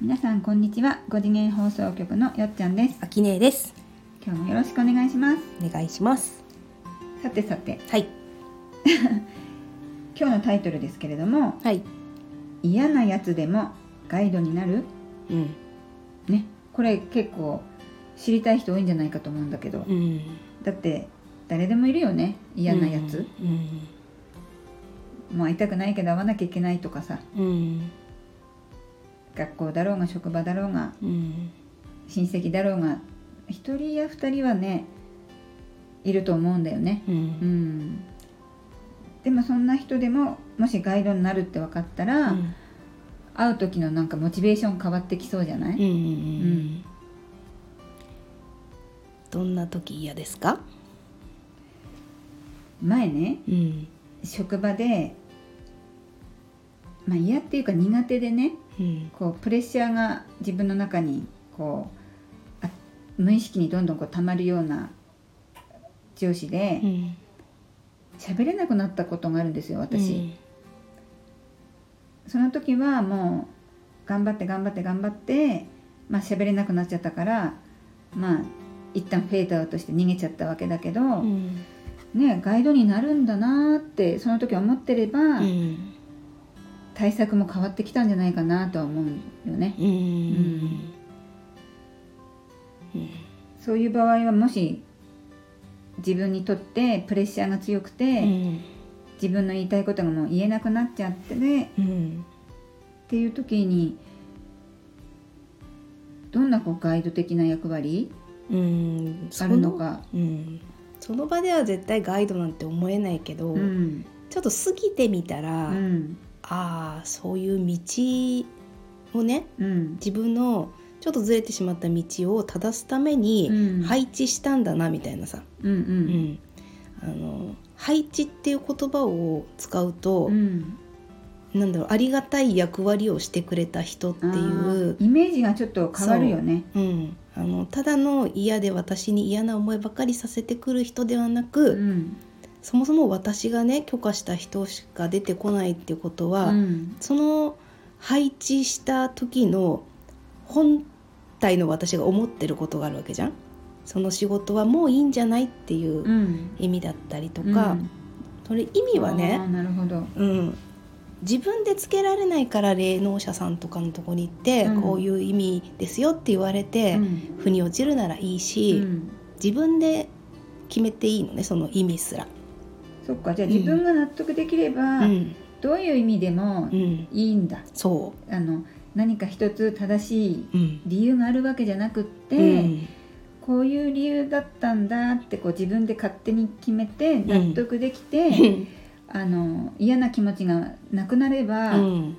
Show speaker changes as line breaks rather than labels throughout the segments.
皆さんこんにちは5次元放送局のよっちゃんです
あきねえです。
今日もよろしくお願いします
お願いします。
さてさて
はい。
今日のタイトルですけれども
はい。
嫌なやつでもガイドになる
うん。
ねこれ結構知りたい人多いんじゃないかと思うんだけど
うん。
だって誰でもいるよね嫌なやつ、。
うん。
もう会いたくないけど会わなきゃいけないとかさ
うん。
学校だろうが職場だろうが
うん。
親戚だろうが1人や2人はねいると思うんだよね
う。
うんんでもそんな人でももしガイドになるって分かった
う
ら、
ん。
会う時のなんかモチベーション変わってきそうじゃない、
うん。うん。どんな時嫌ですか。
前ね
うん。
職場で、まあ、嫌っていうか苦手でね
うん。
こうプレッシャーが自分の中にこうあ無意識にどんどんこう溜まるような上司で
うん。
喋れなくなったことがあるんですよ私。。その時はもう頑張って頑張って頑張ってまあ喋れなくなっちゃったからまあ一旦フェードアウトして逃げちゃったわけだけど、
うん。
ねガイドになるんだなーってその時思ってれば、
うん。
対策も変わってきたんじゃないかなとは思うよね。
うん。
そういう場合はもし自分にとってプレッシャーが強くて、
うん。
自分の言いたいことがもう言えなくなっちゃってね
うん。
っていう時にどんなこうガイド的な役割
うん。
あるの。か。
うん。その場では絶対ガイドなんて思えないけど、
うん
ちょっと過ぎてみたら、
うん
ああそういう道をね
うん
自分のちょっとずれてしまった道を正すために
うん
配置したんだなみたいなさ、
うんうん
うんあの配置っていう言葉を使うと
う、ん
なんだろうありがたい役割をしてくれた人ってい
あ
う
ーイメージがちょっと変わるよね。
うん、あのただの嫌で私に嫌な思いばかりさせてくる人ではなく、
うん
そもそも私がね許可した人しか出てこないってことは、
うん
その配置した時の本体の私が思ってることがあるわけじゃんその仕事はもういいんじゃないっていううん意味だったりと
と
か、それ意味はね、
なるほど。
うん、自分でつけられないから霊能者さんとかのとこに行って、
うん
こういう意味ですよって言われて、
うん
腑に落ちるならいいうし、
ん
自分で決めていいのねその意味すら。
そっかじゃあ
うん
自分が納得できれば、
うん
どういう意味でも
うん、
いいんだ。
そ、
あの何か一つ正しいう
うん
理由があるわけじゃなくって、
うん
こういう理由だったんだってこう自分で勝手に決めて
ん
納得できて、あの嫌な気持ちがなくなれば、
うん、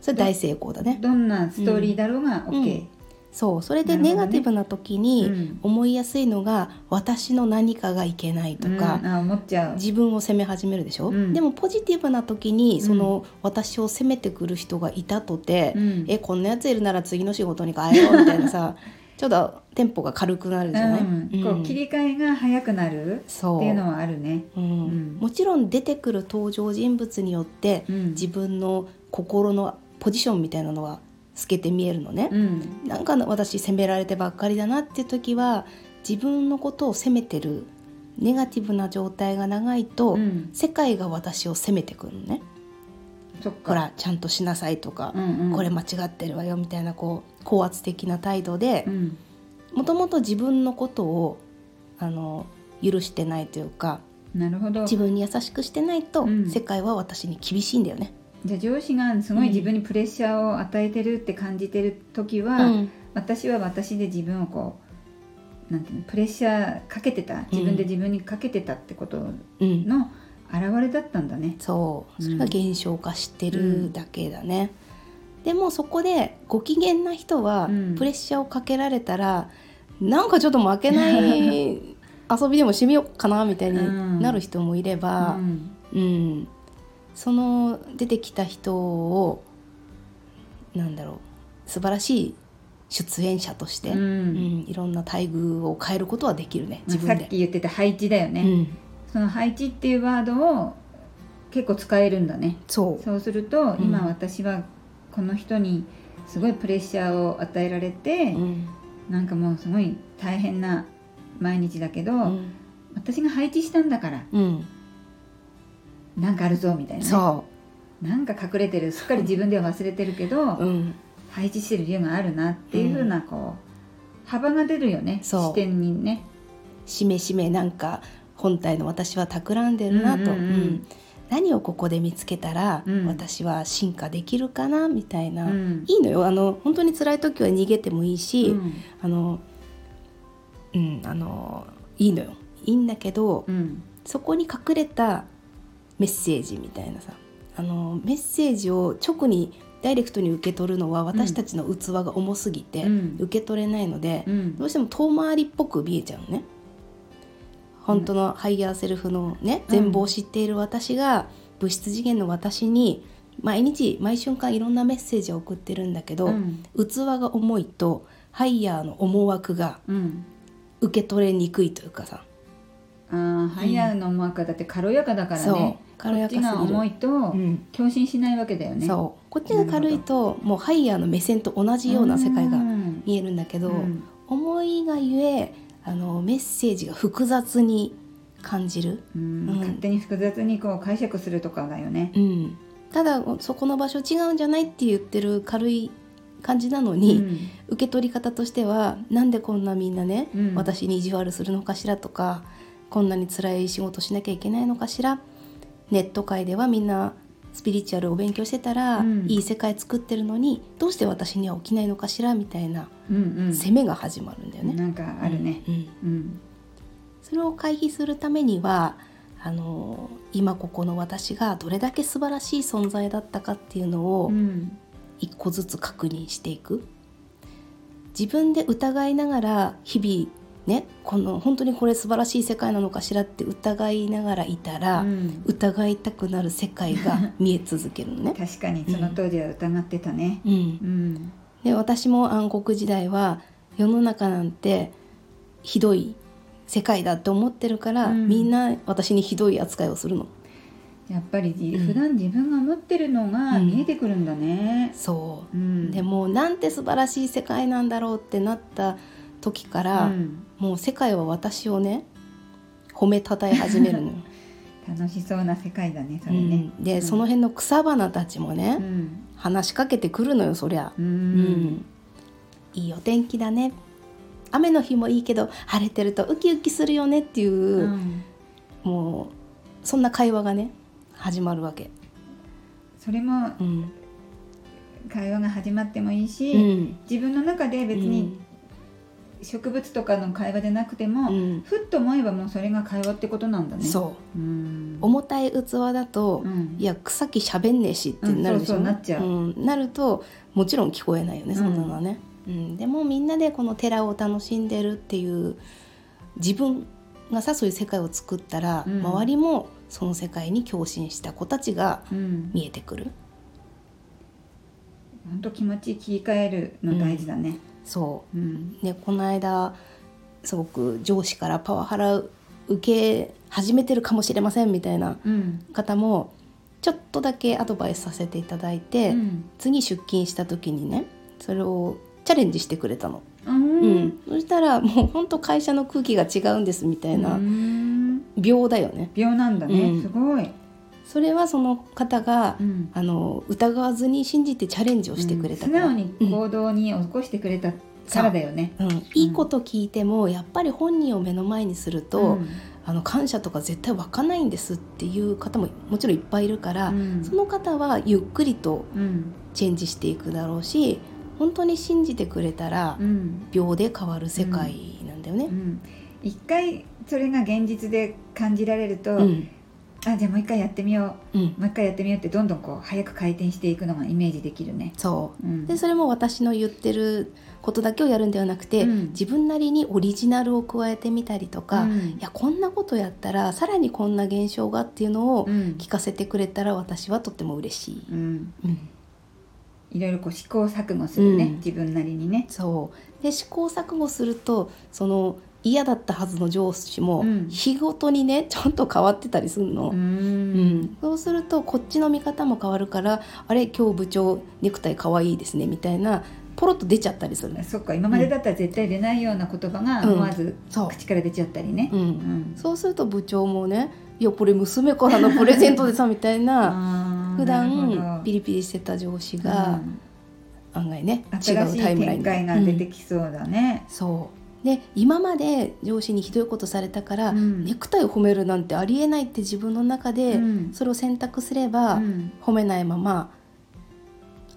それ大成功だね。
どんなストーリーだろうが OK。
そうそれ
な
で
るほ
ネ
どね
ガティブな時
う
に
ん
思いやすいのが私の何かがいけないとか
うん、あ思っちゃう。
自分を責め始めるでしょ、
うん
でもポジティブな時にその私を責めてくる人がいたとて、
うん
えこんなやついるなら次の仕事に変えようみたい なさちょっとテンポが軽くなるじゃない、
うん
うん
こう切り替えが早くなるっ
そう
ていうのはあるね。
うん
うん
もちろん出てくる登場人物によって
うん
自分の心のポジションみたいなのは透けて見えるのね、
うん
なんか私責められてばっかりだなっていう時は自分のことを責めてるネガティブな状態が長いと、
うん、
世界が私を責めてくるのね
そっか。
ほらちゃんとしなさいとか、
うんうん、
これ間違ってるわよみたいなこう高圧的な態度で
うん
もともと自分のことをあの許してないというか
なるほど。
自
じ
分に優しくしてないと、
うん
世界は私に厳しいんだよね。
ゃあ上司がすごい自分にプレッシャーを与えてるって感じてる時は、
うん
私は私で自分をこうなんていうのプレッシャーかけてた自分で自分にかけてたってこと
うん
の表れだったんだね。
そう
うん
それが減少化してるだけだね、でもそこでご機嫌な人は
うん
プレッシャーをかけられたら、なんかちょっと負けない遊びでもしてみようかなみたいになる人もいれば
う、ん
うんその出てきた人をなんだろう素晴らしい出演者として、
う
うん
ん
いろんな待遇を変えることはできるね
まあ
自
さっ
分で。
き言ってた配置だよ
う
ね、
ん、
その配置っていうワードを結構使えるんだね
そう
そうすると、
うん
今私はこの人にすごいプレッシャーを与えられて、
うん
なんかもうすごい大変な毎日だけど、
うん
私が配置したんだから
うん
なんかあるぞみたいなね、
そ
なんか隠れてるすっかり自分では忘れてるけど、
う、うん、
配置してる理由があるなっていうふうなこう幅が出るよね
そう
視点にね。
しめしめなんか本体の私は企んでるな
う
と、
んうんうん
うん何をここで見つけたら、
うん
私は進化できるかなみたいな、
うん
いいのよあの本当に辛い時は逃げてもいいし、
うん
あのうんあのいいのよいいんだけど、
うん
そこに隠れたメッセージみたいなさあのメッセージを直にダイレクトに受け取るのは私たちの器が重すぎて、
うん
受け取れないので、
うん
どうしても遠回りっぽく見えちゃうのね本当のハイヤーセルフのね
うん
全貌を知っている私が物質次元の私に毎日毎瞬間いろんなメッセージを送ってるんだけど、
うん
器が重いとハイヤーの思惑が
うん
受け取れにくいというかさ、
ああハイヤーの思惑だって軽やかだから
そう
ね、
軽
こ
や
っ
かすぎ
ち
る
が重いと
うん
共振しないわけだよね。
そうこっちが軽いともうハイヤーの目線と同じような世界が
うん
見えるんだけど、
うん
思いがゆえあのメッセージが複雑に感じる、
うん
うん
勝手に複雑にこう解釈するとかだよね。
うん、ただそこの場所違うんじゃないって言ってる軽い感じなの
う
に、
ん
受け取り方としてはなんでこんなみんなね、
うん
私に意地悪するのかしらとかこんなに辛い仕事しなきゃいけないのかしらネット界ではみんなスピリチュアルを勉強してたら、
うん
いい世界作ってるのにどうして私には起きないのかしらみたいな
うん
責めが始まるんだよ
う
ね。
ん、なんかあるね。
うん
うん
それを回避するためにはあの今ここの私がどれだけ素晴らしい存在だったかっていうのを、
うん
一個ずつ確認していく自分で疑いながら日々ねこの本当にこれ素晴らしい世界なのかしらって疑いながらいたら、
うん
疑いたくなる世界が見え続けるのね。
確かにその当時は疑ってたね。
うん、
うん
で私も暗黒時代は世の中なんてひどい世界だって思ってるから、
うん
みんな私にひどい扱いをするの。
やっぱりじ、
うん
普段自分が思ってるのが
うん
見えてくるんだね。
そうう、
ん、
でもうなんて素晴らしい世界なんだろうってなった時から、
うん
もう世界は私をね褒めたたえ始めるのよ、
楽しそうな世界だ ねそれ
う
ね。
んで、
うん
その辺の草花たちもね、
うん
話しかけてくるのよそりゃ、
う
うん
ん
いいお天気だね雨の日もいいけど晴れてるとウキウキするよねっていうう、
ん
もうそんな会話がね始まるわけ、
それも
うん
会話が始まってもいいし、
うん
自分の中で別に植物とかの会話でなくて
う
も、
ん
ふっと思えばもうそれが会話ってことなんだね。。
そう
ん
う、重たい器だと、
うん
いや草木しゃべんねえしってなるでしょ、
うんそうそうなっちゃうん
なるともちろん聞こえないよねそんなのはね、うんでもみんなでこの寺を楽しんでるっていう自分がさそういう世界を作ったら、
うん
周りもその世界に共振した子たちが
うん、
見えてくる
本当気持ち切り替えるの大事だね。
そ
うん、
うでこの間すごく上司からパワハラ受け始めてるかもしれませんみたいな
うん、
方もちょっとだけアドバイスさせていただいて、
うん、
次出勤した時にねそれをチャレンジしてくれたの、
うん、
うんそしたらもうほんと会社の空気が違うんですみたいな
うん
秒だよね
病なんだね、
うん
すごい、
それはその方が、
うん
あの疑わずに信じてチャレンジをしてくれた
素
から、
直
うん
に行動に起こしてくれたからだよね、
いいこと聞いてもやっぱり本人を目の前にすると、
うん
あの感謝とか絶対湧かないんですっていう方ももちろんいっぱいいるから、
うん
その方はゆっくりと
うん
チェンジしていくだろうし本当に信じてくれたら
う、ん
秒で変わる世界なんだよね
う。ん一回それが現実で感じられると、
うん
あじゃあもう一回やってみよ
うん
うもう一回やってみようってどんどんこう早く回転していくのがイメージできるね、、
そううんでそれも私の言ってることだけをやるんではなくて、
うん
自分なりにオリジナルを加えてみたりとか、
う
い
ん
やこんなことやったらさらにこんな現象がっていうのを
うん
聞かせてくれたら私はとっても嬉しい。
うん
うん
いろいろこう試行錯誤するね、
うん
自分なりにね
そうで試行錯誤するとその嫌だったはずの上司も
うん
日ごとにねちょっと変わってたりするの。
うんうん
そうするとこっちの見方も変わるからあれ今日部長ネクタイ可愛いですねみたいなポロッと出ちゃったりするんです、
そっか今までだったら絶対出ないような言葉が
うん
思わず
そう
口から出ちゃったりね
う、、
うんん
そうすると部長もね「いやこれ娘からのプレゼントでさ」みたいな
あー
普
なるほ
段
ど
ピリピリしてた上司
う
が
ん
案外ね違う
新しい
タイムライン
展開が出て
うん
きそうだね、
そうで今まで上司にひどいことされたから、
うん
ネクタイを褒めるなんてありえないって自分の中で、
うん
それを選択すれば、
うん
褒めないまま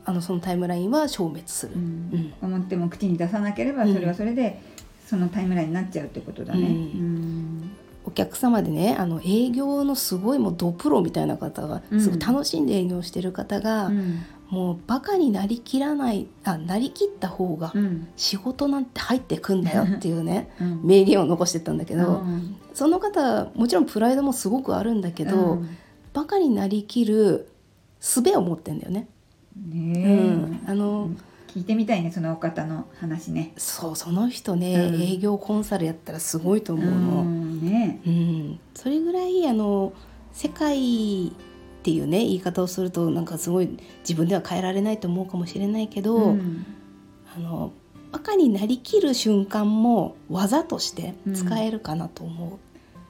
あのそのタイムラインは消滅する、
う
うんん
思っても口に出さなければ
うん
それはそれでそのタイムラインになっちゃうってことだね、
うん
うん
お客様でねあの営業のすごいもうドプロみたいな方が
うん
すごい楽しんで営業してる方が、
うん
もうバカになりきらないあなりきった方が
うん
仕事なんて入ってくんだよっていうね
うん
名言を残してたんだけど、
うん
その方はもちろんプライドもすごくあるんだけど、バカになりきる術を持ってんだよね。
うんね
う
え
ん、あの、
うん聞いてみたいねそのお方の話ね
そうその人ね、
うん
営業コンサルやったらすごいと思う
う
の、
んね
うんそれぐらいあの世界っていうね言い方をするとなんかすごい自分では変えられないと思うかもしれないけど、
ん
あのバカになりきる瞬間も技として使えるかなと思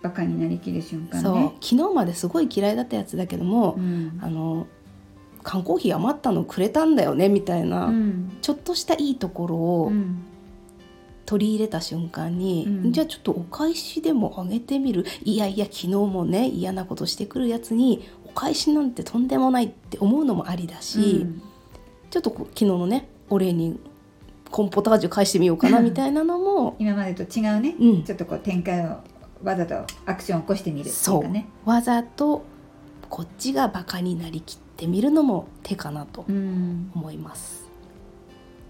バカになりきる瞬
う、
間ね
そう昨日まですごい嫌いだったやつだけども、
ん
あの缶コーヒー余ったのくれたんだよねみたいな、
うん
ちょっとしたいいところを、
うん
取り入れた瞬間に、
うん
じゃあちょっとお返しでもあげてみるいやいや昨日もね嫌なことしてくるやつにお返しなんてとんでもないって思うのもありだし、
うん
ちょっとこう昨日のねお礼にコーンポタージュ返してみようかなみたいなのも
今までと違うね、
うん
ちょっとこう展開をわざとアクションを起こしてみるってい
そう
かね
うわざとこっちがバカになりきってみるのも手かなと
うん
思います。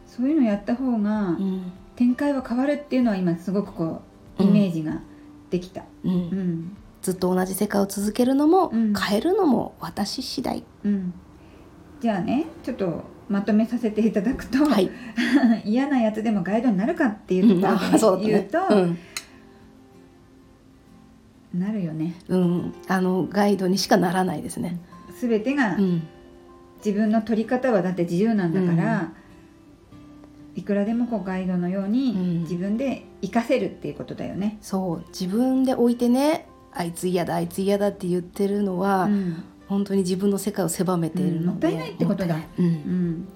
そういうのやった方が
うん
展開は変わるっていうのは今すごくこうイメージができた、
う、
うんん
ずっと同じ世界を続けるのも、
うん
変えるのも私次第。
うんじゃあねちょっとまとめさせていただくと、
はい、
嫌なやつでもガイドになるかっていうとこ
あそ
ろ
うだ
で
ね
言うと、
うん
なるよね
うん、あのガイドにしかならないですね。
全てが
うん、
自分の取り方はだって自由なんだから、いくらでもこうガイドのように
うん
自分で活かせるっていうことだよね。
そう自分で置いてねあいつ嫌だあいつ嫌だって言ってるのは、
うん
本当に自分の世界を狭めているので、
うんもったいないってことだ
もったいないう
う
ん、
ん、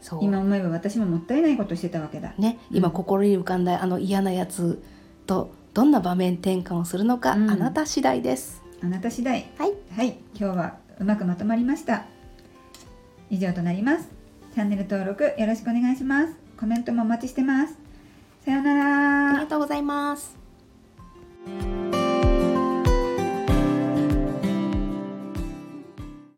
そう
今思えば私ももったいないことしてたわけだ。
ね、今心に浮かんだあの嫌なやつとどんな場面転換をするのか、
うん
あなた次第です。
あなた次第
はい、
はい今日はうまくまとまりました以上となりますチャンネル登録よろしくお願いしますコメントもお待ちしてますさようなら
ありがとうございます。